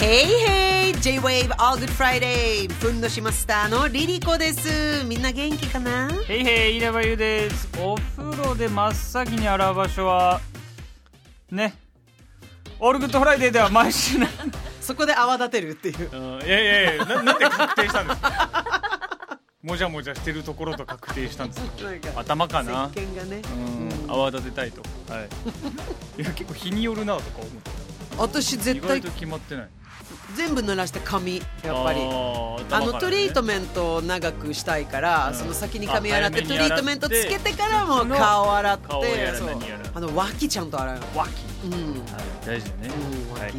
Hey, hey, J-Wave All Good Friday ふんどしマスターのリリコですみんな元気かなへいへい稲葉優ですお風呂で真っ先に洗う場所はねオールグッドフライデーでは毎週なんそこで泡立てるっていううんいやいやいやななんで確定したんですかもじゃもじゃしてるところと確定したんですかなんか頭かな石鹸がねうん泡立てたいとはいいや結構日によるなとか思って私意絶外対と決まってない全部濡らした髪やっぱりああのトリートメンメントを長くしたいから、その先に髪洗っあてトリ早めに洗っーてトメントつけてからもう顔洗って顔やらそう何やらあの脇ちゃんと洗うの脇、うん、うん、はい、大事だね、脇、はい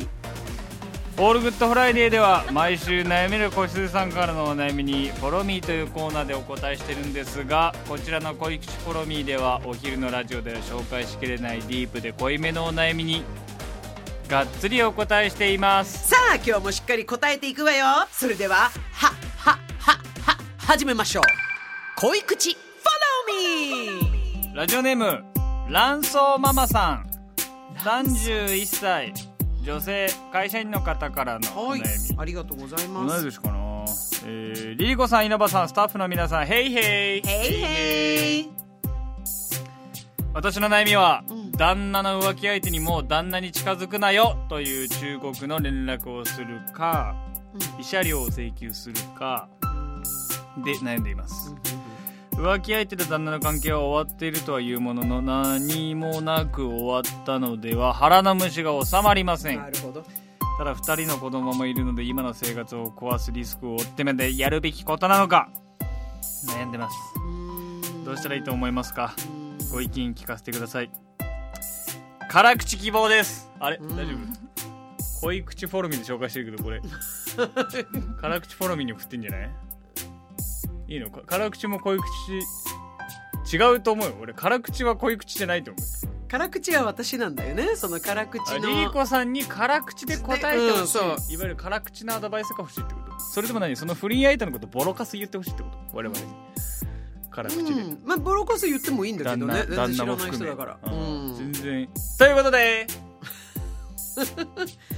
オールグッドフライデーでは毎週悩める子羊さんからのお悩みに「フォロミー」というコーナーでお答えしてるんですがこちらの「恋口フォロミー」ではお昼のラジオでは紹介しきれないディープで濃いめのお悩みにがっつりお答えしていますさあ今日もしっかり答えていくわよそれでははははは始めましょう恋口フォローミーラジオネーム卵巣ママさん31歳女性会社員の方からのおは悩いみ、ありがとうございま同いす年かなえー、リリコさん稲葉さんスタッフの皆さんヘイヘイへいへい私の悩みは、うん旦那の浮気相手にもう旦那に近づくなよという中国の連絡をするか慰謝料を請求するかで悩んでいます浮気相手と旦那の関係は終わっているとは言うものの何もなく終わったのでは腹の虫が収まりませんなるほどただ2人の子供もいるので今の生活を壊すリスクを負ってまでやるべきことなのか悩んでますどうしたらいいと思いますかご意見聞かせてください辛口希望ですあれん大丈夫濃い口フォルミで紹介してるけどこれ辛口フォルミに送ってんじゃないいいのか辛口も濃い口違うと思うよ俺辛口は濃い口じゃないと思う辛口は私なんだよねその辛口あのリリコさんに辛口で答えてほしい、でうんいわゆる辛口なアドバイスが欲しいってことそれでも何その不倫相手のことボロカス言ってほしいってこと我々に辛口で、うん、まあボロカス言ってもいいんだけ旦ど那ね全旦然知那らもない含人めだから、ううん全ん、然ということ で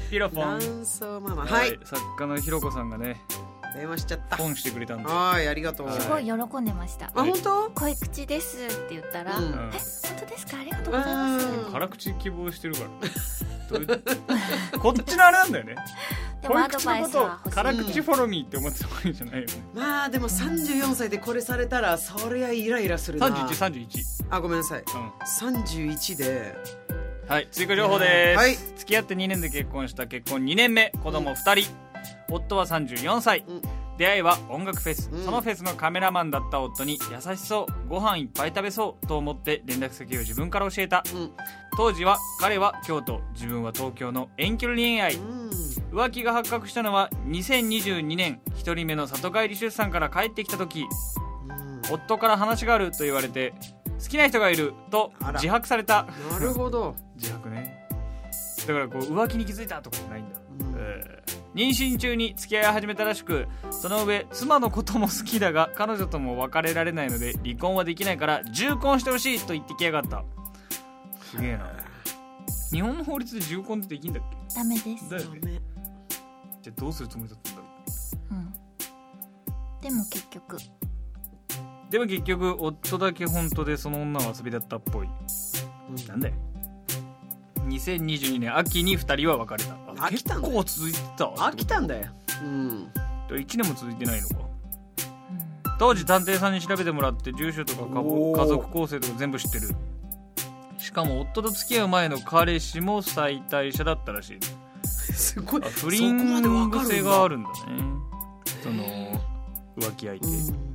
ヒロポン卵巣ママはい作家のひろこさんがね電話しちゃったポンしてくれたんではいありがとうございすまごい喜んでましたあ本当恋口ですって言ったら、うえん本当ですかありがとうございますうん辛口希望してる からどういうこっちのあれなんだよねでも濃いアド口バのイこスとをは欲しい辛口フォロミーって思ってた方がいいんじゃないよねまあでも34歳でこれされたらそりゃイライラするな3131あごめんなさいうん31ではい追加情報です、はい付き合って2年で結婚した結婚2年目子供2人、夫は34歳、うん出会いは音楽フェス、うんそのフェスのカメラマンだった夫に優しそうご飯いっぱい食べそうと思って連絡先を自分から教えたうん当時は彼は京都自分は東京の遠距離恋愛うん浮気が発覚したのは2022年1人目の里帰り出産から帰ってきた時うん夫から話があると言われて好きな人がいるとあら自白されたなるほど自白ねだからこう浮気に気づいたとかじゃないんだ、うんえー妊娠中に付き合いを始めたらしくその上妻のことも好きだが彼女とも別れられないので離婚はできないから重婚してほしいと言ってきやがったすげえな日本の法律で重婚ってできんだっダメですだよダメけじゃあどうするつもりだったんだろうん、でも結局うでも結局夫だけ本当でその女は遊びだったっぽいなんだよ2022年秋に2人は別れたあ飽きたんだ結構続いてたわ飽きたんだようん1年も続いてないのか当時探偵さんに調べてもらって住所とか家おー家族構成とか全部知ってるしかも夫と付き合う前の彼氏も最大者だったらしいすごいあ不そこまで倫わかるんだ癖があるんだねその浮気相手、うんうん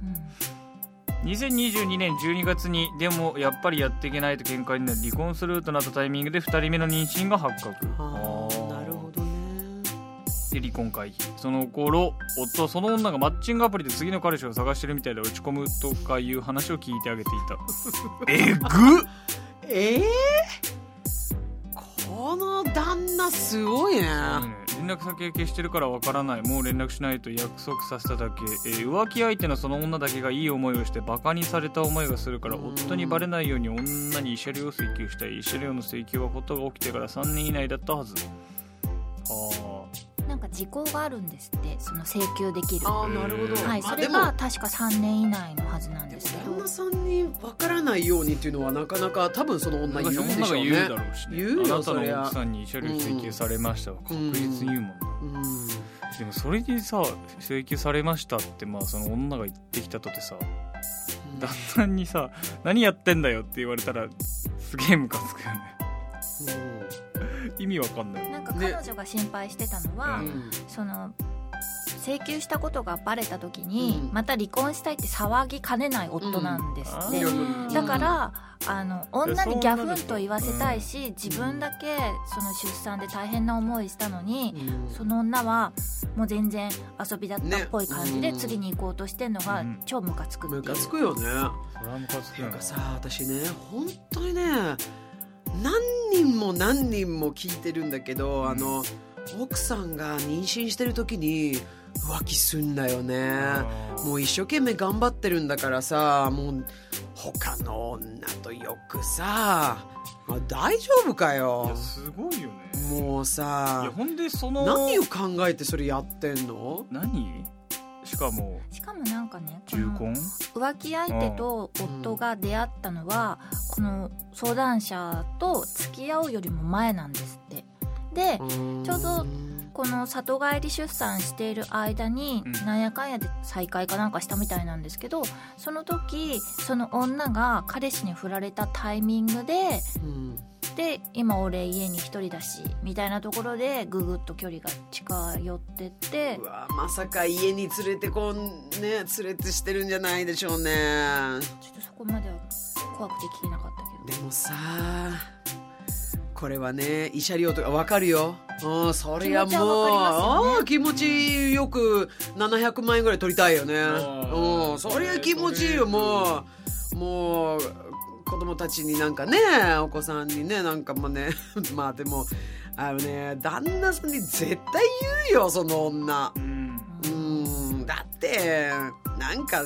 2022年12月にでもやっぱりやっていけないと見解になり離婚するとなったタイミングで2人目の妊娠が発覚はあーあなるほどねで離婚回避その頃夫はその女がマッチングアプリで次の彼氏を探してるみたいで落ち込むとかいう話を聞いてあげていたえぐっええこの旦那すごいねね連絡先消してるからわからないもう連絡しないと約束させただけ、えー浮気相手のその女だけがいい思いをしてバカにされた思いがするからうん夫にバレないように女に慰謝料を請求したい慰謝料の請求はことが起きてから3年以内だったはずはなんか時効があるんですってその請求できるあはあなるほど、ーいまそあれでもが確か3年以内のはずなんででもすけ旦ど那さんにわからないようにっていうのはなかなか多分そのあ女だ言からうんでしょう女がね言うだろうしね言うよあなたそりゃの奥さんに慰謝料請求されましたは確うん実に言うもんな、うんでもそれにさ請求されましたってまあその女が言ってきたとてさ旦那にさ何やってんだよって言われたらすげえムカつくよね意味わかんないなんか彼女が心配してたのは、ううんんうんその請求したことがバレた時に、うんまた離婚したいって騒ぎかねない夫なんですあって、うんーだからあの女にギャフンと言わせたいそし、自分だけその出産で大変な思いしたのに、うんその女はもう全然遊びだったっぽい感じねでうん次に行こうとしてんのがうん超ムカつくムっていカう、つくよねそれはムカつくよなんねかさ私ね本当にね何人も何人も聞いてるんだけどあの奥さんが妊娠してる時に浮気すんだよねもう一生懸命頑張ってるんだからさもう他の女とよくさあ大丈夫かいよやすごいよねもういさやほんでその何を考えてそれやってんの何しかもしかもなんかねこ重の婚浮気相手と夫が出会ったのは、この相談者と付き合うよりも前なんですってで、ちょうどこの里帰り出産している間に、うんなんやかんやで再会かなんかしたみたいなんですけどその時その女が彼氏に振られたタイミングでうんで今俺家に一人だしみたいなところでぐぐっと距離が近寄ってってうわまさか家に連れてこんね連れてしてるんじゃないでしょうねちょっとそこまでは怖くて聞けなかったけどでもさこれはね慰謝料とかわかるようんそれはもう気持ちはわかりますよねあー気持ちよく700万円ぐらい取りたいよねーうんそりゃ気持ちいいそよれもうもう子供たちになんかねお子さんにねなんかもうね まあでもあのね旦那さんに絶対言うよその女うんうーんだってなんか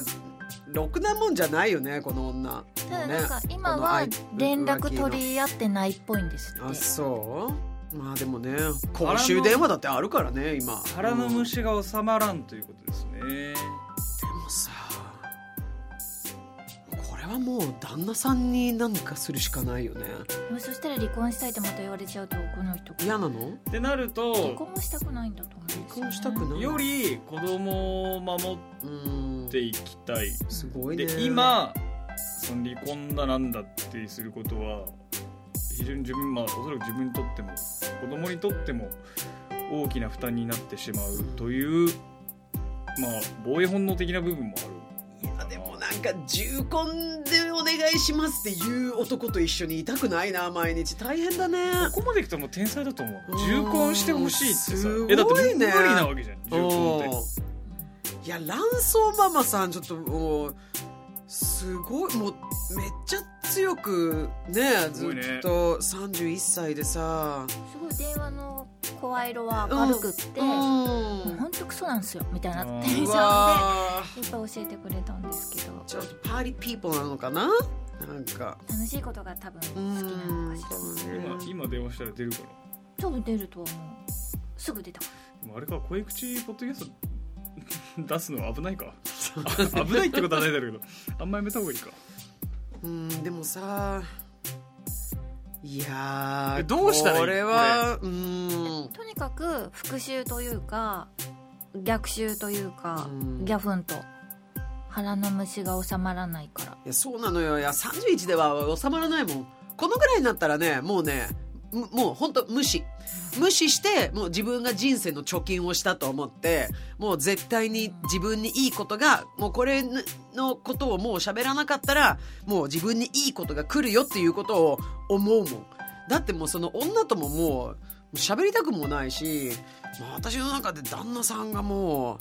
ろくなもんじゃないよねこの女ただねなんか今このは相手連絡浮気の取り合ってないっぽいんですっあてそうまあでもね公衆電話だってあるからね今腹のうんで虫が収まらんということですねもさこれはもう旦那さんに何かするしかないよねでもそしたら離婚したいってまた言われちゃうとこの人嫌なのってなる離と婚もしたくないんだと思うんですよね離婚したくないより子供を守うっんていきたいすごいねで今その離婚だなんだってすることは非常に自分まあおそらく自分にとっても子供にとっても大きな負担になってしまうというまあ防衛本能的な部分もいやでもなんか重婚でお願いしますっていう男と一緒にいたくないな毎日大変だねあるここまでいくともう天才だと思ううん重婚してほしいってさすごいねえだって無理なわけじゃん重婚ってうんいや卵巣ママさんちょっともうすごいもうめっちゃ強くねすごいねずっと31歳でさ、すごい電話の声色は明るくって、うんもううほんとクソなんすよみたいなうんテンションでやっわー ぱ教えてくれたんですけどちょっとパーリーピーポーなのかななんか楽しいことが多分好きうなのんかしら今今電話したら出るから多分出ると思うすぐ出たかでもあれか声口ポッドキャスト 出すのは危ないか危ないってことはないだろうけどあんまやめた方がいいかうんでもさいやえーどうしたらいいこれはうんらとにかく復讐というか逆襲というか、うんギャフンと腹の虫が収まらないからいやそうなのよいや31では収まらないもんこのぐらいになったらねもうねむもう本当無視無視してもう自分が人生の貯金をしたと思ってもう絶対に自分にいいことがもうこれのことをもう喋らなかったらもう自分にいいことが来るよっていうことを思うもんだってもうその女とももう喋りたくもないし、まあ、私の中で旦那さんがもう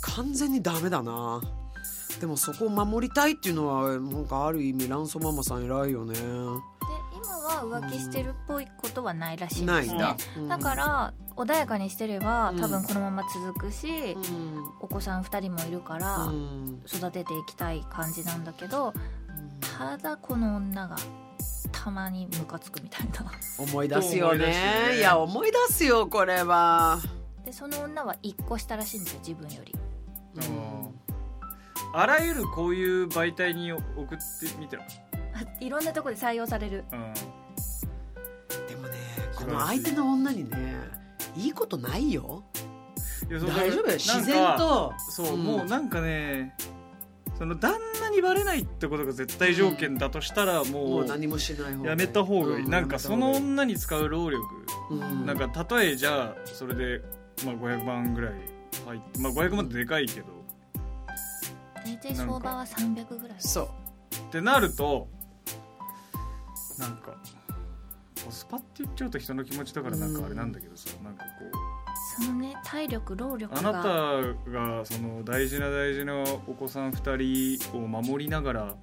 完全にダメだなでもそこを守りたいっていうのはなんかある意味ランソママさん偉いよね今は浮気してるっぽいことはないらしいなでいすんねだ、だから穏やかにしてればうん多分このまま続くし、うんお子さん2人もいるから、うん育てていきたい感じなんだけどただこの女がたまにムカつくみたいな 思い出すよ思い出すねねいや思い出すよこれは、でその女は1個下らしいんですよ自分よりあらゆるこういう媒体に送ってみてよ、あ いろんなとこで採用されるうん、でもね素晴らしいこの相手の女にねいいことないよいやそう大丈夫なよんか自然とそう、うんもうなんかねその旦那にバレないってことが絶対条件だとしたらもう,、もう何もしない方がいいやめた方がいい、うなんかそのやめ女に使う労力、た方がいいうんなんかたとえじゃあそれで、まあ、500万ぐらい入って、まあ、500万ってでかいけど、大体相場は300ぐらいそうってなるとなんかコスパって言っちゃうと人の気持ちだからなんかあれなんだけどさ、なんかこうそのね体力労力あがなたがその大事な大事なお子さん2人を守りながら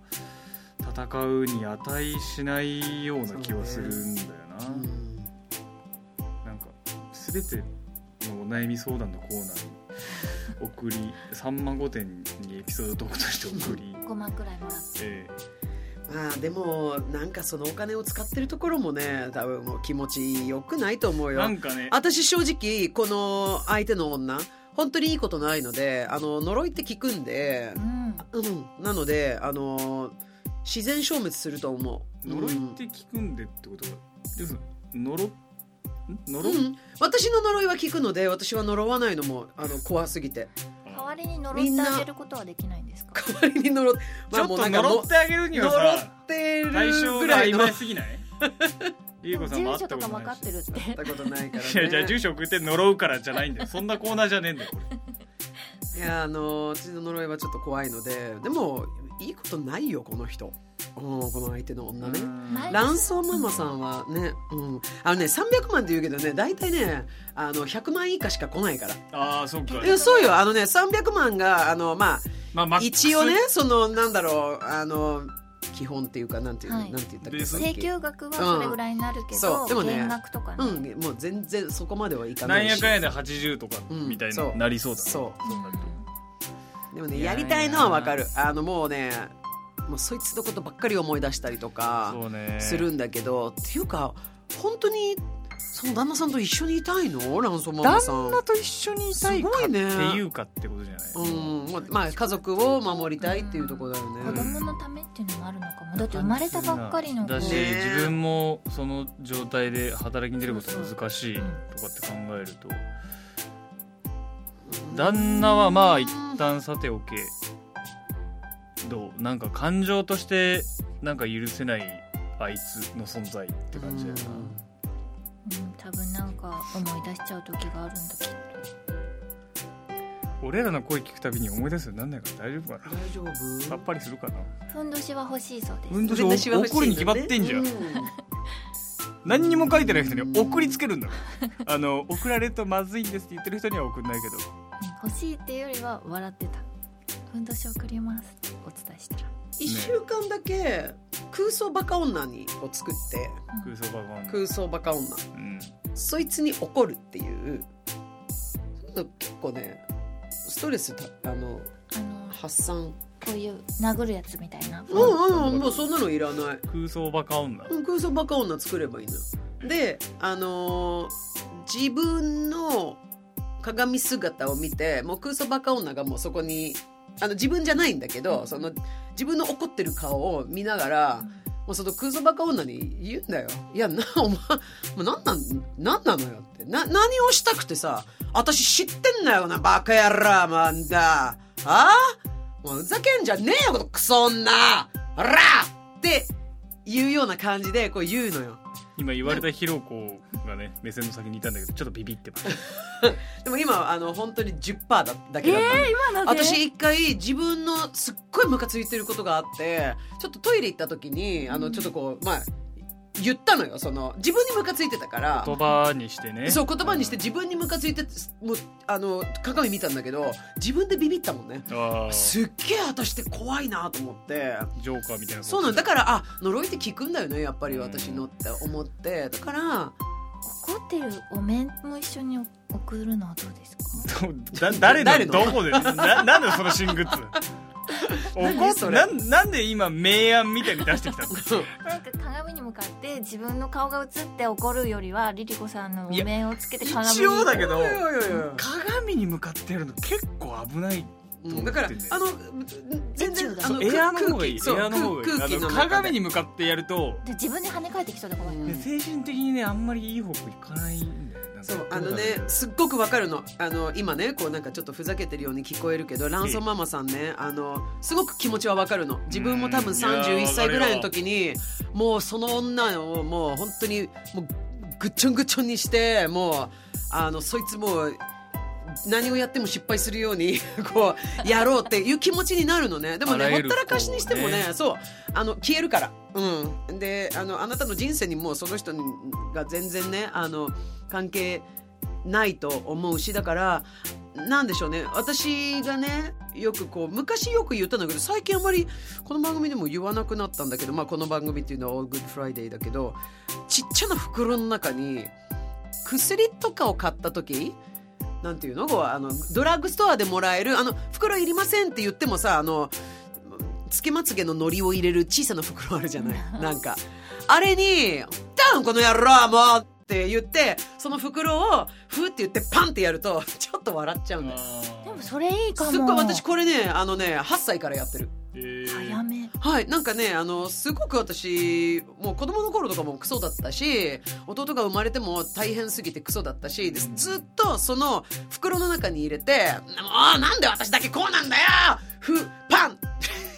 戦うに値しないような気はするんだよな、うんなんか全てのお悩み相談のコーナーに送り3万5点にエピソードトークとして送 り、 5万くらいもらってえまあでもなんかそのお金を使ってるところもね多分もう気持ちよくないと思うえよなんかね私正直この相手の女本当にいいことないのであの呪いって聞くんでう、んうん、なのであの自然消滅すると思う呪いっうてん聞くんでってことは要するに呪っん呪うっん、私の呪いは聞くので私は呪わないのもあの怖すぎてあー代わりに呪ってあげることはできないんですか代わりに呪っ、ちょっもうとなんかも呪ってあげるには呪さってる対象ぐがらい曖の昧やすぎ ないリーコさんも会ったことないしでも住所とかも分かってるっ てったことないから、ね、いやじゃあ住所送って呪うからじゃないんだよそんなコーナーじゃねえんだよこれいやあのうちの呪いはちょっと怖いのででもいいことないよこの人、うん、この相手の女ね前卵巣ママさんはね、うん、あのね300万って言うけどね大体ねあの100万以下しか来ないからああそうかいやそうよあのね300万があのままあマッあクス一応ねそのなんだろうあの基本っていうかなんていうの、はいなんて言ったっベけースさっ請き求額はそれぐらいになるけうんそど、うでもね減額とかね、うんもう全然そこまではいかななんいやしかんやで80とかみたいうんそうになりそうだねそううんなるとでもねいややいやりたいのはわかるあのもうねもうそいつのことばっかり思い出したりとかそうねするんだけど、っていうか本当にその旦那さんと一緒にいたいのランソママ旦さん那と一緒にいたいかすごいねっていうかってことじゃないうんまあまあ家族を守りたいっていうところだよね、子供のためっていうのもあるのかもだって生まれたばっかりの子だし、ね自分もその状態で働きに出ること難しいとそうかって考えると旦那はまあ一旦さておけどうなんか感情としてなんか許せないあいつの存在って感じだようん、多分なんか思い出しちゃう時があるんだけどな俺らの声聞くたびに思い出すようになんないから大丈夫かな大丈夫さっぱりするかなふんどしは欲しいそうです、ふんどし私は欲しい怒るに決まってんじゃん何にも書いてない人に送りつけるんだからあの送られるとまずいんですって言ってる人には送んないけど欲しいっていうよりは笑ってたふんどし送りますってお伝えしたら1週間だけ空想バカ女にを作って空想バカ空想バカ女うんそいつに怒るっていうそういうの結構ねストレスたあのあの発散こういう殴るやつみたいなうんうんうんもうそんなのいらない空想バカ女うん空想バカ女作ればいいのよであのー自分の鏡姿を見てもう空想バカ女がもうそこにあの自分じゃないんだけど、その自分の怒ってる顔を見ながら、もうその空想バカ女に言うんだよ。いや、な、 お前、もうなんなん、なんなのよって。な、何をしたくてさ、私知ってんだよな、バカ野郎、まんだ。ああもうふざけんじゃねえよ、このクソ女あらって言うような感じで、こう言うのよ。今言われたひろこがね目線の先にいたんだけどちょっとビビってますでも今あの本当に10%だだえけーだった、、今ので私一回自分のすっごいムカついてることがあってちょっとトイレ行った時にあのちょっとこうまあ言ったのよその自分にムカついてたから言葉にしてねそう言葉にして自分にムカついてもうあの鏡見たんだけど自分でビビったもんねあーすっげえ私って怖いなと思ってジョーカーみたいなそうなんだからあ呪いって効くんだよねやっぱりうん私のって思ってだから怒ってるお面も一緒に送るのはどうですかど だ誰の誰のどこ でななんでその新グッズ怒何っそれなんなんで今明暗みたいに出してきたの なんか鏡に向かって自分の顔が映って怒るよりはリリコさんのお面をつけて鏡に一応だけどいやいやいやいや鏡に向かってやるの結構危ないうんだからどう思ってんだあよの全然あのエアの方がいい空気エアの方そうがい空い気あのの鏡に向向かってやるとで自分で跳ね返ってきそうで怖い、で精神的にねあんまりいい方向いかないんだよねなんかそうあのねすっごくわかるのあの今ねこうなんかちょっとふざけてるように聞こえるけどランソンママさんねあのすごく気持ちはわかるの自分も多分うんいやー31歳ぐらいの時にもうその女をもう本当にもうぐっちょんぐっちょんにしてもうあのそいつもう何をやっても失敗するように こうやろうっていう気持ちになるのねでもあねらほゆっるたらかしにしてもねこうそうあの消えるから、うん、であのあなたの人生にもうその人にが全然ねあの関係ないと思うしだからなんでしょうね私がねよくこう昔よく言ったんだけど最近あんまりこの番組でも言わなくなったんだけど、まあ、この番組っていうのは「オールグッドフライデー」だけどちっちゃな袋の中に薬とかを買った時なんていうのこうあのドラッグストアでもらえるあの袋いりませんって言ってもさあのつけまつげの糊を入れる小さな袋あるじゃないなんかあれに「ダウンこの野郎もう!」って言ってその袋をふーって言ってパンってやるとちょっと笑っちゃうんだよでもそれいいかもすっごい私これねあのね8歳からやってる早めはいなんかねあのすごく私もう子供の頃とかもクソだったし弟が生まれても大変すぎてクソだったしでずっとその袋の中に入れて「もうなんで私だけこうなんだよふパン! 」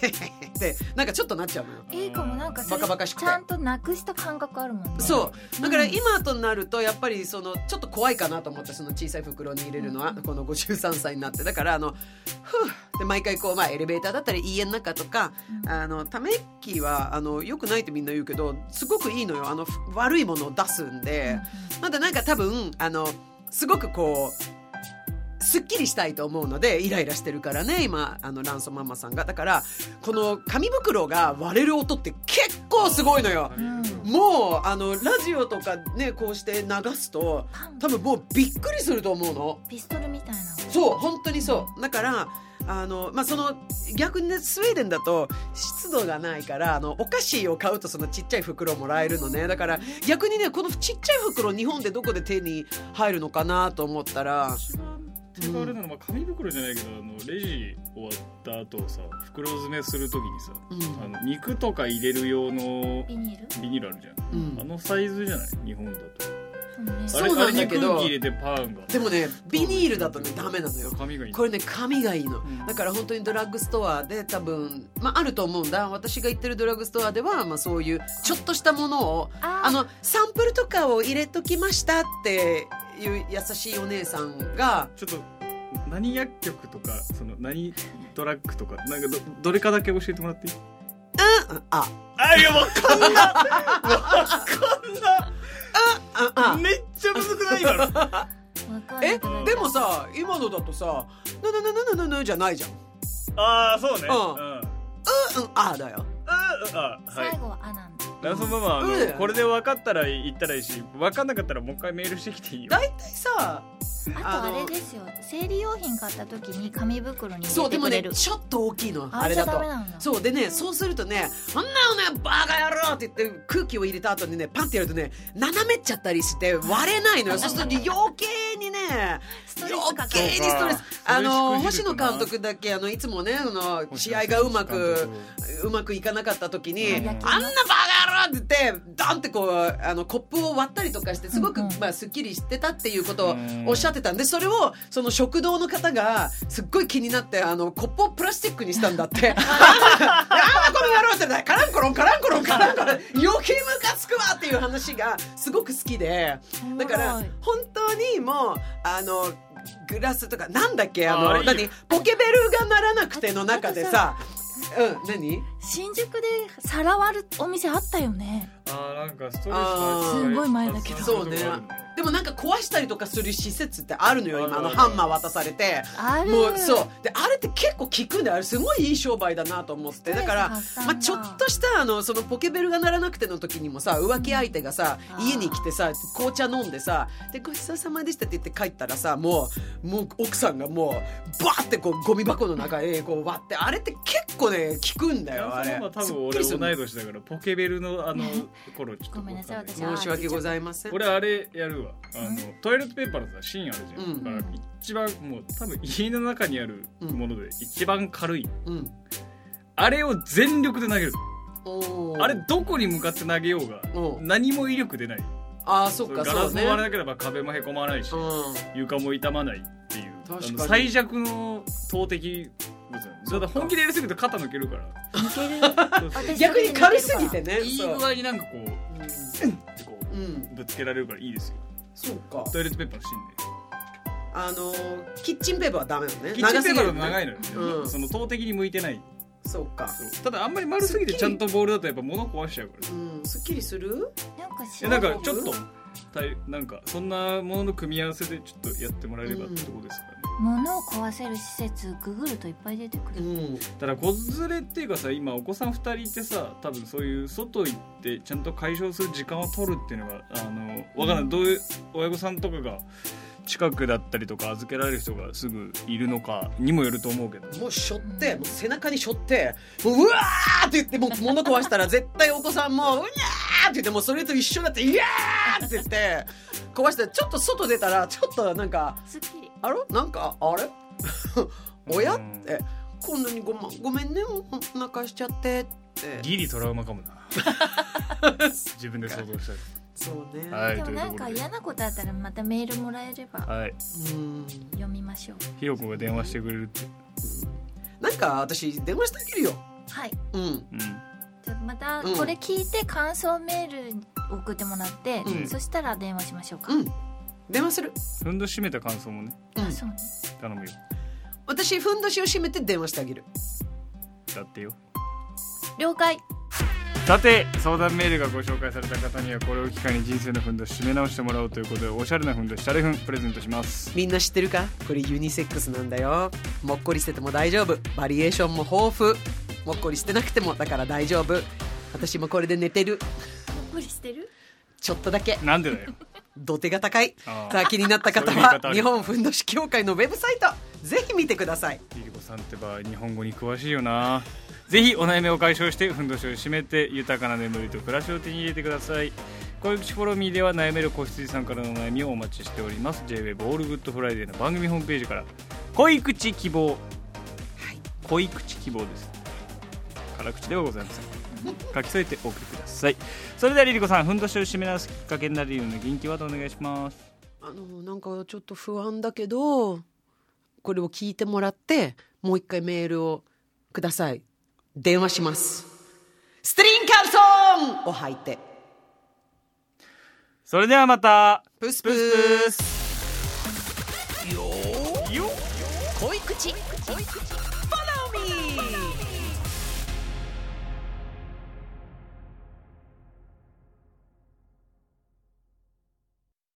ってなんかちょっとなっちゃうのよ。いいかもなんかそバれカバカしくてちゃんとなくした感覚あるもんねそううんだから今となるとやっぱりそのちょっと怖いかなと思ってその小さい袋に入れるのはこの53歳になってだからあのふうで毎回こう、まあ、エレベーターだったり家の中とかあのため息はあのよくないってみんな言うけどすごくいいのよあのふ悪いものを出すんでなんでなんか多分あのすごくこう。すっきりしたいと思うのでイライラしてるからね今あのランソンママさんがだからこの紙袋が割れる音って結構すごいのようんもうあのラジオとかねこうして流すとパン多分もうびっくりすると思うのピストルみたいなそう本当にそうだからあの、まあ、その逆にねスウェーデンだと湿度がないからあのお菓子を買うとそのちっちゃい袋もらえるのねだから逆にねこのちっちゃい袋日本でどこで手に入るのかなと思ったら一番手軽なのは、まあ、紙袋じゃないけどあのレジ終わった後さ袋詰めするときにさうんあの肉とか入れる用のビニールビニールあるじゃんうんあのサイズじゃない日本だとそうねあれそうなんだけどあれに空気入れてパンがでもねビニールだとねダメなのよ紙がいいこれね紙がいいの、んだから本当にドラッグストアで多分、まあ、あると思うんだ私が行ってるドラッグストアでは、まあ、そういうちょっとしたものをあーあのサンプルとかを入れときましたっていう優しいお姉さんがちょっと何薬局とかその何ドラッグとかなんか どどれかだけ教えてもらっていいあああいやわかんないわかあんあないめっちゃむずくない今のわかんなえくなるでもさ今のだとさ「ななななななな」じゃないじゃん「ああそうねうんうんうんあ」だよああはい最後はあなんだラソンママあの、うんこれで分かったら言ったらいいし分かんなかったらもう一回メールしてきていいよ大体さあとああのれですよ生理用品買った時に紙袋に入それうでてもくれねるちょっと大きいのああれれじゃだダとメ。なんだそうでねそうするとね「あんなのねバカ野郎!」って言って空気を入れた後にねパンってやるとね斜めっちゃったりして割れないのよそうすると余計にねストレスか余かる計にストレスそうかあのそれしくじ星野るとな監督だっけあのいつもねあの試合がうまくうまくいかなかった時にうん「あんなバカ野わーって言ってドンってこうあのコップを割ったりとかしてすごく、うんうんまあ、すっきりしてたっていうことをうんおっしゃってたんでそれをその食堂の方がすっごい気になってあのコップをプラスチックにしたんだって。ああこの野郎ってねカランコロンカランコロンカランコロン余計ムカつくわっていう話がすごく好きでだから面白い本当にもうあのグラスとかなんだっけあああのれいい何ポケベルが鳴らなくての中でさうん何新宿で皿割るお店あったよねあーなんかストレスあーすごい前だけどそうねでもなんか壊したりとかする施設ってあるのよ今ああるのあるハンマー渡されて。あるもうそうであれって結構効くんであれすごいいい商売だなと思ってだから、ストレス発散だまあ、ちょっとしたあのそのポケベルが鳴らなくての時にもさ浮気相手がさ、うん家に来てさ紅茶飲んでさでごちそうさまでしたって言って帰ったらさもうもう奥さんがもうバーってこうゴミ箱の中へこう割ってあれって結構ね効くんだよあれ多すっ分き俺りする同い年だからポケベルのあの頃ちょっとごめんなさい私申し訳ございません俺あれやるわあうんのトイレットペーパーのさ芯あるじゃん、うんだから一番もう多分家の中にあるもので一番軽い、うんあれを全力で投げるおーあれどこに向かって投げようがうん何も威力出ないあーそっガかそラうスねも割れなければ壁もへこまないし、うん床も傷まないっていうあ確かにの最弱の投擲物なんですそだかっから本気でやりすぎると肩抜けるから 似てる私逆に軽すぎてねいい具合になんかこうこうん、うんうぶつけられるからいいですよそうかトイレットペーパーの芯あのーキッチンペーパーはダメなのねでキッチンペーパーだと長長いいのよね、うんその投擲に向いてないそうかそうただあんまり丸すぎてちゃんとボールだとやっぱ物壊しちゃうからうんすっきりするなんかいやなんかちょっとたいなんかそんなものの組み合わせでちょっとやってもらえればってとこですからね、物を壊せる施設ググるといっぱい出てくる、んただ子連れっていうかさ今お子さん2人いてさ多分そういう外行ってちゃんと解消する時間を取るっていうのがあのわかんない、どういう親御さんとかが近くだったりとか預けられる人がすぐいるのかにもよると思うけどもうしょってもう背中にしょってもううわーって言ってもう物壊したら絶対お子さんもうにゃーって言ってもうそれと一緒だっていやーって言って壊したらちょっと外出たらちょっとなんかすっきりあれなんか あれ親うっんてこんなにご,、ま、ごめんねもうお腹しちゃってってギリトラウマ かもな自分で想像したそうね、はいでもというなとんこかろで嫌なことあったらまたメールもらえればはいうん読みましょうひろこが電話してくれるってなんか私電話してあげるよはいうんうんじゃあまたうんこれ聞いて感想メール送ってもらって、うんそしたら電話しましょうか、うん電話するふんどし締めた感想もねあそうね頼むよ私ふんどしを閉めて電話してあげるだってよ了解さて相談メールがご紹介された方にはこれを機会に人生のふんどし締め直してもらおうということでおしゃれなふんどしシャレふんプレゼントしますみんな知ってるかこれユニセックスなんだよもっこりしてても大丈夫バリエーションも豊富もっこりしてなくてもだから大丈夫私もこれで寝てる無理してるちょっとだけなんでだよ土手が高いああさあ気になった方そういう言い方はある日本ふんどし協会のウェブサイトぜひ見てくださいゆりこさんってば日本語に詳しいよなぜひお悩みを解消してふんどしを締めて豊かな眠りと暮らしを手に入れてください恋口フォローミーでは悩める子羊さんからのお悩みをお待ちしております JWEB オールグッドフライデーの番組ホームページから恋口希望恋口希望です辛口ではございません書き添えてお送りくださいそれではりりこさんふんどしを締め直すきっかけになるような元気ワードお願いしますあのなんかちょっと不安だけどこれを聞いてもらってもう一回メールをください電話しますステリンカルソンを履いてそれではまたプスプースよ恋口恋口